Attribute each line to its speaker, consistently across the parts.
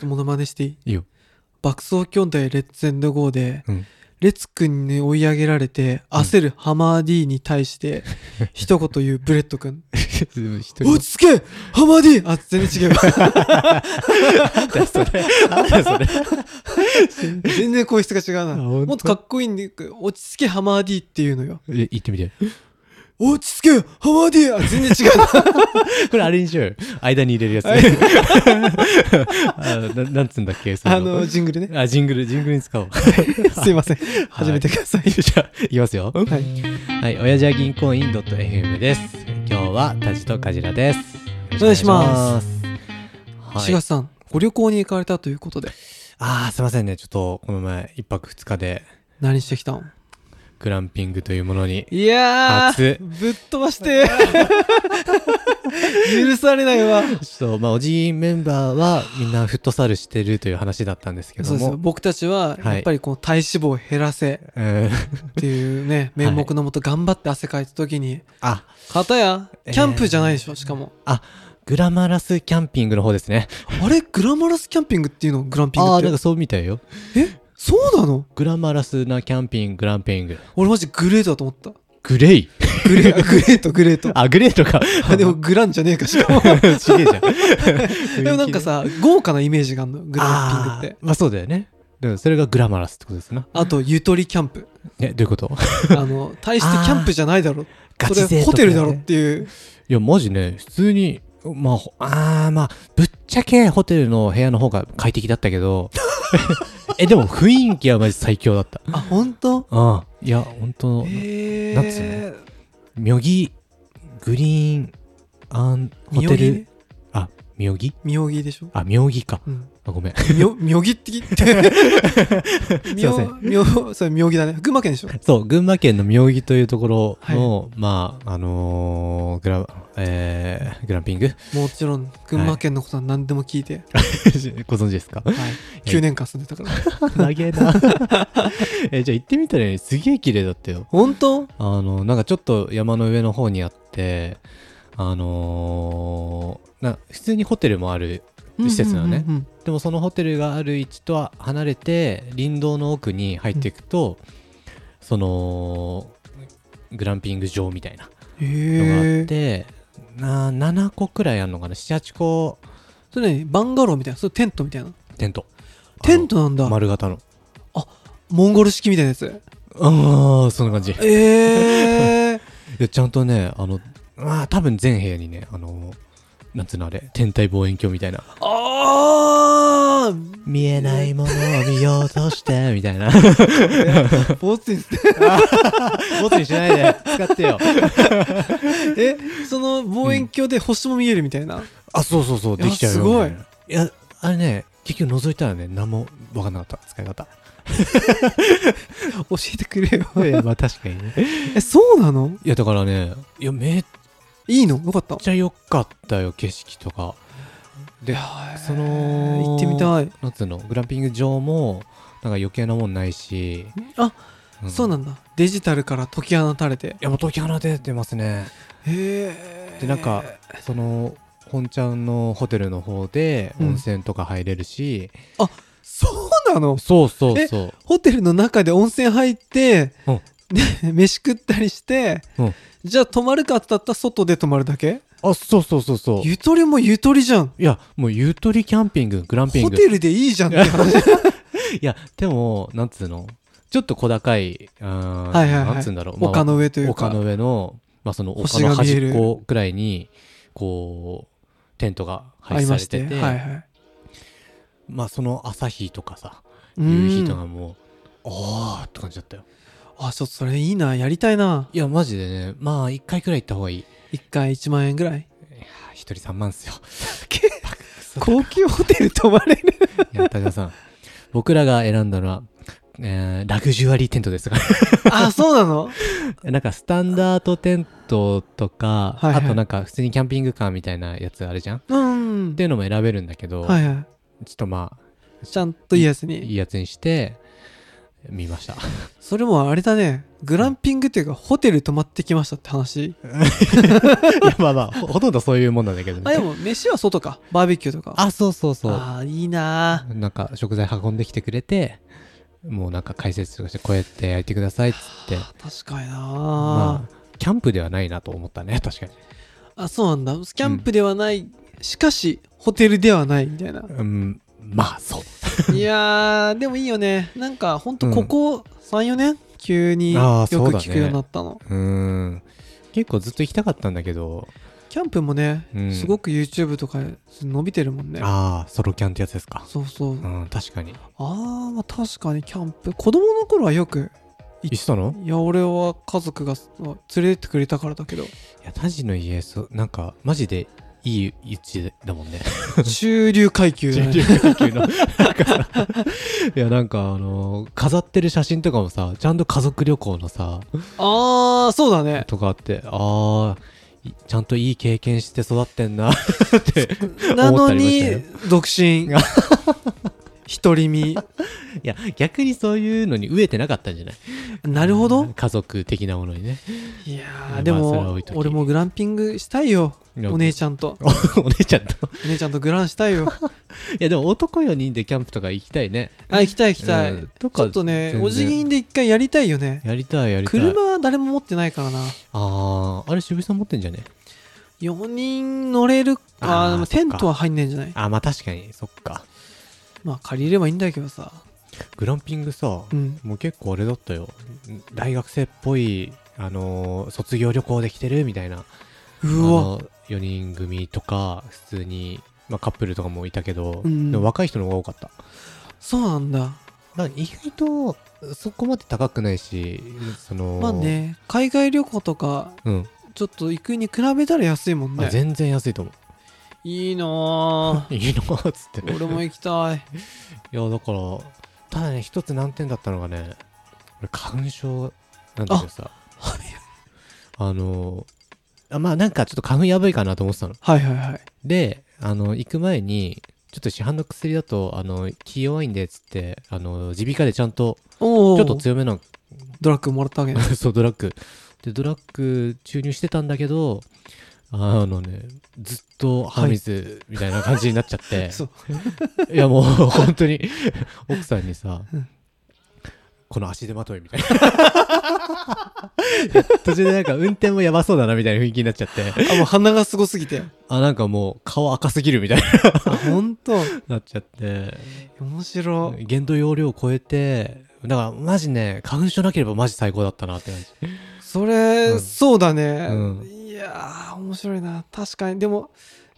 Speaker 1: とモノマネしていい
Speaker 2: いいよ。
Speaker 1: 爆走兄弟レッツエンドゴーで、
Speaker 2: うん
Speaker 1: レツくんに追い上げられて焦るハマー D に対 して、一言言うブレットくん。
Speaker 2: 一人
Speaker 1: 落ち着けハマー D! あ、全然違う。
Speaker 2: だそれ。なんだそれ。
Speaker 1: 全然声質が違うな。
Speaker 2: あ本当
Speaker 1: もっとかっこいいんで、落ち着けハマー D っていうのよ。
Speaker 2: え言ってみて。
Speaker 1: 落ち着けハマー D! あ、全然違うな。
Speaker 2: これあれにしようよ。間に入れるやつね。 あななんつうんだっけ そ
Speaker 1: あの、ジングルね。
Speaker 2: あ、ジングル、ジングルに 使おう。
Speaker 1: すいません。始めてください。
Speaker 2: じゃあ、いきますよ。
Speaker 1: はい。
Speaker 2: はい、親父は銀行員 .fm です。今日はタジとカジラです。よろ。
Speaker 1: お願いします
Speaker 2: はい
Speaker 1: 志賀。さん、ご旅行に行かれたということで、
Speaker 2: あー、すいませんね。ちょっと、この前、一泊二日で、
Speaker 1: 何してきたん
Speaker 2: グランピングというものに、
Speaker 1: いや
Speaker 2: ー
Speaker 1: ぶっ飛ばして許されないわ。
Speaker 2: そう、まあ、おじいメンバーは、みんなフットサルしてるという話だったんですけど
Speaker 1: そう
Speaker 2: も。
Speaker 1: です僕たちは
Speaker 2: はい
Speaker 1: やっぱりこの体脂肪を減らせ
Speaker 2: うん
Speaker 1: っていうね、
Speaker 2: はい
Speaker 1: 面目のもと頑張って汗かいた時に
Speaker 2: あ、
Speaker 1: 片やキャンプじゃないでしょ、しかも
Speaker 2: グラマラスキャンピングの方ですね。
Speaker 1: あれグラマラスキャンピングっていうのグランピング
Speaker 2: あ
Speaker 1: っ
Speaker 2: ー、な
Speaker 1: て
Speaker 2: んかそうみたいよ。
Speaker 1: そうなの
Speaker 2: グラマラスなキャンピング、グランピング。
Speaker 1: 俺マジグレートだと思った
Speaker 2: グレイ
Speaker 1: グレグレートグレー ト
Speaker 2: あ、グレーとか。
Speaker 1: あ でもグランじゃねえかしかも
Speaker 2: すげえじゃん。
Speaker 1: でもなんかさ豪華なイメージがあるのグランピングって
Speaker 2: あーまあそうだよね。だからそれがグラマラスってことですな。
Speaker 1: あとゆとりキャン プ
Speaker 2: え、どういうこと
Speaker 1: あの大してキャンプじゃないだろそれホテルだろっていう
Speaker 2: いや、マジね、普通に、まあほ、あーまあ、ぶっちゃけホテルの部屋の方が快適だったけ ど、え、でも雰囲気はマジ最強だった。
Speaker 1: あ本当
Speaker 2: うん。いや、本当
Speaker 1: へえ
Speaker 2: なんつうの妙義、グリーン、アン、ホテル、あ、妙義
Speaker 1: 妙義でしょ
Speaker 2: あ、妙義か。
Speaker 1: うん
Speaker 2: あ、ごめん。
Speaker 1: み ょ、みょぎって聞いて。み
Speaker 2: いませ
Speaker 1: ょ、みょ、それ、みょぎだね。群馬県でしょ
Speaker 2: そう、群馬県の妙義というところの、まあ、あのーグラ、えー、グランピング
Speaker 1: もちろん、群馬県のことは何でも聞いて。
Speaker 2: ご存知ですか
Speaker 1: はい。9年間住んでた から。
Speaker 2: 長えな。 え、じゃあ行ってみたらね、すげえ綺麗だったよ。
Speaker 1: 本当
Speaker 2: あの、なんかちょっと山の上の方にあって、あのーな、普通にホテルもある施設なのね。
Speaker 1: うんうん
Speaker 2: でもそのホテルがある位置とは離れて、林道の奥に入っていくと、その、グランピング場みたいな
Speaker 1: うんうん。
Speaker 2: のが
Speaker 1: へ
Speaker 2: あ
Speaker 1: え
Speaker 2: っ。て、な7個くらいあるのかな ?7、8個
Speaker 1: それね、バンガローみたいな、それテントみたいな。
Speaker 2: テント。
Speaker 1: テントなん
Speaker 2: あの
Speaker 1: だ。
Speaker 2: 丸型の。
Speaker 1: モンゴル式みたいなや つ。
Speaker 2: ああ、そんな感じ。
Speaker 1: ええ。
Speaker 2: いやちゃんとねあのまあ多分全部屋にねあのなんつうのあれ天体望遠鏡みたいな
Speaker 1: あ
Speaker 2: 見えないものを見ようとしてみたい な
Speaker 1: あポーツに
Speaker 2: ボツにしないで使ってよ
Speaker 1: え、その望遠鏡で星も見えるみたい な。
Speaker 2: あそうそうそう
Speaker 1: いや
Speaker 2: できちゃうよ
Speaker 1: すごい
Speaker 2: みたないやあれね結局覗いたらね何も分かんなかった使い 方
Speaker 1: 教えてくれよ。
Speaker 2: まあ確かにね
Speaker 1: え、そうなの
Speaker 2: いやだからねいやめっ
Speaker 1: いいのよかった。
Speaker 2: ちゃ良かったよ景色とかでその
Speaker 1: 行ってみたい。
Speaker 2: なんつうのグランピング場もなんか余計なもんないし、
Speaker 1: あ、
Speaker 2: ん
Speaker 1: そうなんだデジタルから解き放たれて
Speaker 2: いやもう解き放ててますね
Speaker 1: へえ
Speaker 2: でなんかその本ちゃんのホテルの方で
Speaker 1: うん
Speaker 2: 温泉とか入れるし、
Speaker 1: そうなの
Speaker 2: そうそうそう
Speaker 1: ホテルの中で温泉入って、
Speaker 2: うん
Speaker 1: で飯食ったりして、
Speaker 2: うん
Speaker 1: じゃあ泊まるかって言ったら外で泊まるだけ
Speaker 2: あそうそうそうそうい
Speaker 1: ゆとりもゆとりじゃん
Speaker 2: やもうゆとりキャンピンググランピン
Speaker 1: ホ
Speaker 2: グ
Speaker 1: テルでいいじゃんって話
Speaker 2: いやでもなんつうのちょっと小高いう
Speaker 1: い
Speaker 2: ん
Speaker 1: はいはい
Speaker 2: なんつうんだろう、
Speaker 1: 丘の上というか
Speaker 2: 丘の上の、まあ、その丘
Speaker 1: 星
Speaker 2: の
Speaker 1: が見える
Speaker 2: 端っこくらいにこうテントが配
Speaker 1: あ
Speaker 2: 置
Speaker 1: り
Speaker 2: さ
Speaker 1: ま
Speaker 2: れ
Speaker 1: してて
Speaker 2: て
Speaker 1: はいはい
Speaker 2: まあ、その朝日とかさ
Speaker 1: う
Speaker 2: 夕日と
Speaker 1: ん
Speaker 2: かもおーって感じだったよ
Speaker 1: あちょっとそれいいなやりたいない
Speaker 2: やマジでねまあ一回くらい行った方がいい
Speaker 1: 一回1万円ぐらい
Speaker 2: あ一人3万っすよ。
Speaker 1: 高級ホテル泊まれ る
Speaker 2: いや、高田さん。僕らが選んだのは、えーラグジュアリーテントですが
Speaker 1: あそうなの
Speaker 2: なんかスタンダードテントとか、
Speaker 1: はいはい
Speaker 2: あとなんか普通にキャンピングカーみたいなやつあるじゃんっ
Speaker 1: うん
Speaker 2: ていうのも選べるんだけど、
Speaker 1: はいは
Speaker 2: ちょっとまあ、
Speaker 1: いちゃんといいやつ
Speaker 2: い
Speaker 1: に
Speaker 2: いやつにして、見ました。
Speaker 1: それもあれだねグランピングっていうかホテル泊まってきましたって話
Speaker 2: いやまあまあほほとんどそういうもんなんだけど
Speaker 1: あで
Speaker 2: ね。
Speaker 1: も飯は外かバーベキューとか
Speaker 2: あそうそうそう。
Speaker 1: あーいいなー
Speaker 2: なんか食材運んできてくれてもうなんか解説とかしてこうやって焼いてくださいっつって
Speaker 1: あ確かになー、
Speaker 2: まあキャンプではないなと思ったね確かに
Speaker 1: あそうなんだキャンプではない、しかしホテルではないみたいな
Speaker 2: うんまあそう
Speaker 1: いやーでもいいよねなんかほんとここ34年急に
Speaker 2: あ
Speaker 1: よ
Speaker 2: ー
Speaker 1: く
Speaker 2: そうだね
Speaker 1: 聞くようになったの、
Speaker 2: うーん結構ずっと行きたかったんだけど
Speaker 1: キャンプもね、
Speaker 2: うん
Speaker 1: すごく YouTube とか伸びてるもんね
Speaker 2: ああソロキャンってやつですか
Speaker 1: そうそう、
Speaker 2: う
Speaker 1: あ
Speaker 2: ん確かに
Speaker 1: ー、まあ確かにキャンプ子供の頃はよく
Speaker 2: 行ってたの
Speaker 1: いや俺は家族が連れてってくれたからだ けど
Speaker 2: いやタジの家そうなんかマジでいい家だもんね
Speaker 1: 中流階級だ
Speaker 2: 人
Speaker 1: ね
Speaker 2: 流階級 のなんかさいやなんかあのー飾ってる写真とかもさちゃんと家族旅行のさ
Speaker 1: ああそうだね
Speaker 2: とかあってああいちゃんといい経験して育ってんなって
Speaker 1: な
Speaker 2: 思っ
Speaker 1: の
Speaker 2: たりもしたよ
Speaker 1: に独身 独り身
Speaker 2: いや逆にそういうのに飢えてなかったんじゃない
Speaker 1: なるほど
Speaker 2: 家族的なものにね
Speaker 1: いや
Speaker 2: ま
Speaker 1: ー
Speaker 2: あ
Speaker 1: で
Speaker 2: それは
Speaker 1: も
Speaker 2: 置いとき
Speaker 1: 俺もグランピングしたいよ
Speaker 2: いや
Speaker 1: お姉ちゃんと
Speaker 2: お姉ちゃんと
Speaker 1: お姉ちゃんとグランしたいよ
Speaker 2: いやでも男4人でキャンプとか行きたいね
Speaker 1: あ行きたい行きたい、
Speaker 2: うん
Speaker 1: ちょ
Speaker 2: とか
Speaker 1: っとね
Speaker 2: 全然
Speaker 1: お辞儀で一回やりたいよね
Speaker 2: やりたいやりたい
Speaker 1: 車は誰も持ってないからな
Speaker 2: あああれ渋井さん持ってんじゃね
Speaker 1: 4人乗れるあ
Speaker 2: あ
Speaker 1: ー
Speaker 2: ー
Speaker 1: でも
Speaker 2: そっ
Speaker 1: テ
Speaker 2: か
Speaker 1: ントは入んないんじゃない
Speaker 2: あまあ確かにそっか
Speaker 1: まあ借りればいいんだけどさ
Speaker 2: グランピングさ、
Speaker 1: うん
Speaker 2: もう結構あれだったよ大学生っぽいあのー卒業旅行できてるみたいな
Speaker 1: うわ
Speaker 2: 4人組とか普通に、まあ、カップルとかもいたけど、
Speaker 1: うん
Speaker 2: でも若い人の方が多かった
Speaker 1: そうなんだ
Speaker 2: だから意外とそこまで高くないしその
Speaker 1: まあね海外旅行とか
Speaker 2: うん、
Speaker 1: ちょっと行くに比べたら安いもん
Speaker 2: あ
Speaker 1: ね
Speaker 2: 全然安いと思
Speaker 1: いいな あ
Speaker 2: ういいの っつって
Speaker 1: 俺も行きたい
Speaker 2: いやだからただね一つ難点だったのがね俺花粉症なんだけどさあのあまあなんかちょっと花粉やばいかなと思ってたの
Speaker 1: はいはいはい
Speaker 2: であの行く前にちょっと市販の薬だとあの気弱いんでっつってあの耳鼻科でちゃんと
Speaker 1: おお
Speaker 2: ちょっと強めな
Speaker 1: ドラッグもらったわけね
Speaker 2: そうドラッグでドラッグ注入してたんだけどあのねずっと鼻水みたいな感じになっちゃって、
Speaker 1: そう
Speaker 2: いやもう本当に奥さんにさ
Speaker 1: うん
Speaker 2: この足手まといみ たいな途中でなんか運転もやばそうだなみたいな雰囲気になっちゃって
Speaker 1: あもう鼻がすごすぎて
Speaker 2: あなんかもう顔赤すぎるみたいに
Speaker 1: あほんと
Speaker 2: なっちゃって
Speaker 1: 面白い
Speaker 2: 限度容量を超えてだからマジね花粉症なければマジ最高だったなって感じ
Speaker 1: それ、
Speaker 2: うん
Speaker 1: そうだね、
Speaker 2: うん
Speaker 1: いやー面白いな確かにでも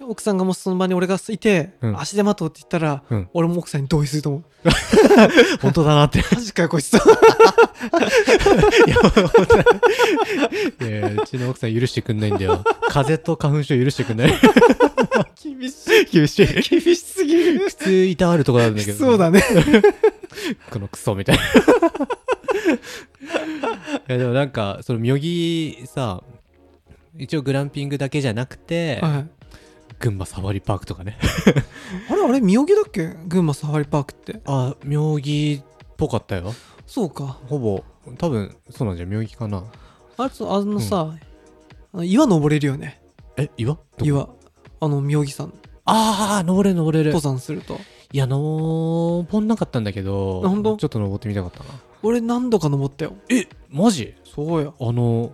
Speaker 1: 奥さんがもしその場に俺がいて、
Speaker 2: うん
Speaker 1: 足手まとうって言ったら、
Speaker 2: うん
Speaker 1: 俺も奥さんに同意すると 思う
Speaker 2: 本当だなって
Speaker 1: マジかよこいつ
Speaker 2: いや、本当にいやうちの奥さん許してくんないんだよ。風邪と花粉症許してくんない。
Speaker 1: 厳しい
Speaker 2: 厳しい。
Speaker 1: 厳しすぎる
Speaker 2: 普通痛あるとこなんだけど。
Speaker 1: そうだね
Speaker 2: このクソみたいな。 いや、でもなんか、その、妙義さ、一応グランピングだけじゃなくて、
Speaker 1: はい
Speaker 2: 群馬サファリパークとかね。
Speaker 1: あれあれ妙義だっけ群馬サファリパークって
Speaker 2: あ、妙義っぽかったよ。
Speaker 1: そうか
Speaker 2: ほぼ、多分、そうなんじゃん、妙義かな。
Speaker 1: あれそうあのさ、あの岩登れるよね
Speaker 2: え、岩あ
Speaker 1: 岩あの妙義山
Speaker 2: あー、登れる登れる
Speaker 1: 登。山すると
Speaker 2: いや、登んなかったんだけど、
Speaker 1: あ本当
Speaker 2: ちょっと登ってみたかったな。
Speaker 1: 俺何度か登ったよ
Speaker 2: えマジ
Speaker 1: そうよ
Speaker 2: あの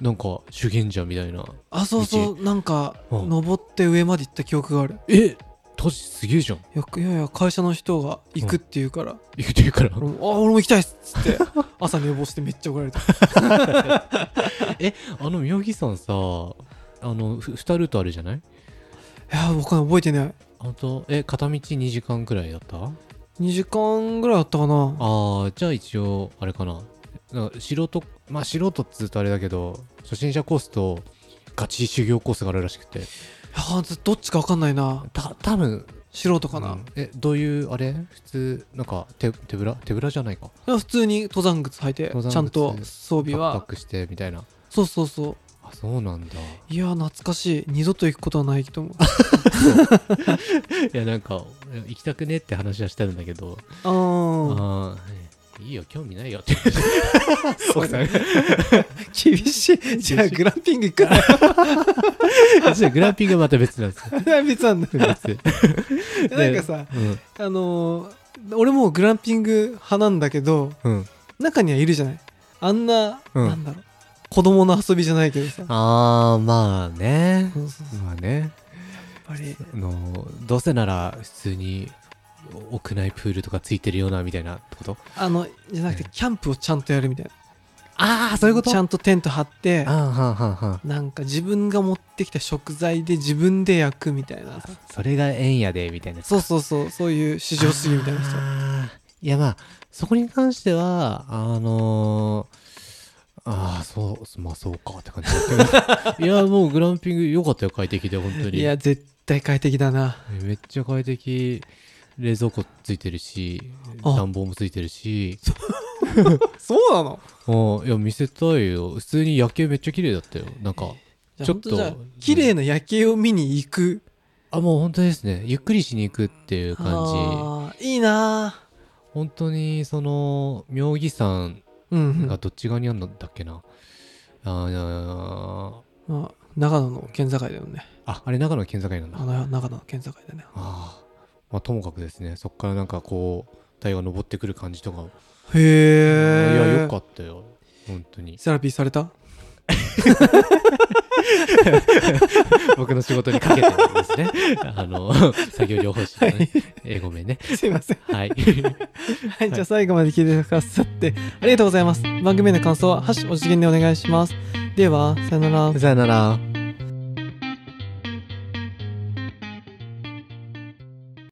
Speaker 2: なんか修験者みたいな
Speaker 1: あそうそうなんか
Speaker 2: うん
Speaker 1: 登って上まで行った記憶がある
Speaker 2: えトジすげえじゃん
Speaker 1: よくいやいや会社の人が行くって言うから、
Speaker 2: 言うてるから
Speaker 1: 俺もあ俺も行きたいっつって朝寝坊してめっちゃ怒られた
Speaker 2: あの宮城さんさあのふ2ルートあるじゃない
Speaker 1: いや僕は覚えてない
Speaker 2: あとえ片道2時間くらいだったあ
Speaker 1: 2時間ぐらいあったかな
Speaker 2: ーじゃあ一応あれかななんか素人まあ素人っつうとあれだけど初心者コースとガチ修行コースがあるらしくて
Speaker 1: いやどっちか分かんないな
Speaker 2: た多分
Speaker 1: 素人かな、
Speaker 2: うんえどういうあれ普通なんか手手ぶら手ぶらじゃないか
Speaker 1: いや普通に登山靴履いて
Speaker 2: 登山靴
Speaker 1: ちゃんと装
Speaker 2: パ
Speaker 1: 備
Speaker 2: ッ
Speaker 1: は
Speaker 2: クしてみたいな
Speaker 1: そうそうそう
Speaker 2: あそうなんだ
Speaker 1: いや懐かしい二度と行くことはないと思う
Speaker 2: いやなんか行きたくねって話はしてるんだけど、
Speaker 1: あー
Speaker 2: あーいいよ興味ない よって奥さんが
Speaker 1: 厳しい。じゃあ、グランピング行く な
Speaker 2: じゃあグランピングはまた別なんですよ
Speaker 1: よ。別なんだ。
Speaker 2: 別
Speaker 1: なんかさ、
Speaker 2: うん
Speaker 1: あのー俺もグランピング派なんだけど、
Speaker 2: うん
Speaker 1: 中にはいるじゃない。あんな、
Speaker 2: うん
Speaker 1: なんだろう。子供の遊びじゃないけどさ。
Speaker 2: ああまあね
Speaker 1: そうそうそう
Speaker 2: まあね
Speaker 1: やっぱり、
Speaker 2: あのどうせなら普通に屋内プールとかついてるようなみたいなってこと
Speaker 1: あの、じゃなくて、キャンプをちゃんとやるみたいな。
Speaker 2: ああそういうこと
Speaker 1: ちゃんとテント張って
Speaker 2: あ、んはんはんはん
Speaker 1: なんか自分が持ってきた食材で自分で焼くみたいなさ。
Speaker 2: それが縁やでみたいな
Speaker 1: そうそうそう、そういう市場主義みたいな人。
Speaker 2: あーいやまあそこに関してはあのーああそうまあそうかって感じだ けどいやもうグランピング良かったよ快適で本当に
Speaker 1: いや、絶対快適だな。
Speaker 2: めっちゃ快適冷蔵庫ついてるし
Speaker 1: あ
Speaker 2: 暖房もついてるし
Speaker 1: そうなの
Speaker 2: もういや見せたいよ普通に夜景めっちゃ綺麗だったよなんか
Speaker 1: じゃあ
Speaker 2: ちょっと
Speaker 1: ほんじゃあ綺麗な夜景を見に行く
Speaker 2: あもう本当ですねゆっくりしに行くっていう感じ
Speaker 1: あーいいな
Speaker 2: 本当にその妙義山
Speaker 1: ーうん、うん
Speaker 2: がどっち側にあるんだっけな、あー
Speaker 1: まあ、長野の県境だよね
Speaker 2: ああれ長野の県境なんだ
Speaker 1: あの長野の県境だね
Speaker 2: あーまあともかくですねそっからなんかこう太陽が登ってくる感じとか、
Speaker 1: へえ
Speaker 2: いやよか
Speaker 1: っ
Speaker 2: ったよ本当に
Speaker 1: セラピーされ た
Speaker 2: 僕の仕事にかけてですねあ の作業療法士のね、えごめんね
Speaker 1: すいません
Speaker 2: はい
Speaker 1: はい、じゃあ最後まで聞いてくださって ありがとうございます番組への感想は「ハッシュお次元」でお願いしますではさよなら
Speaker 2: さよなら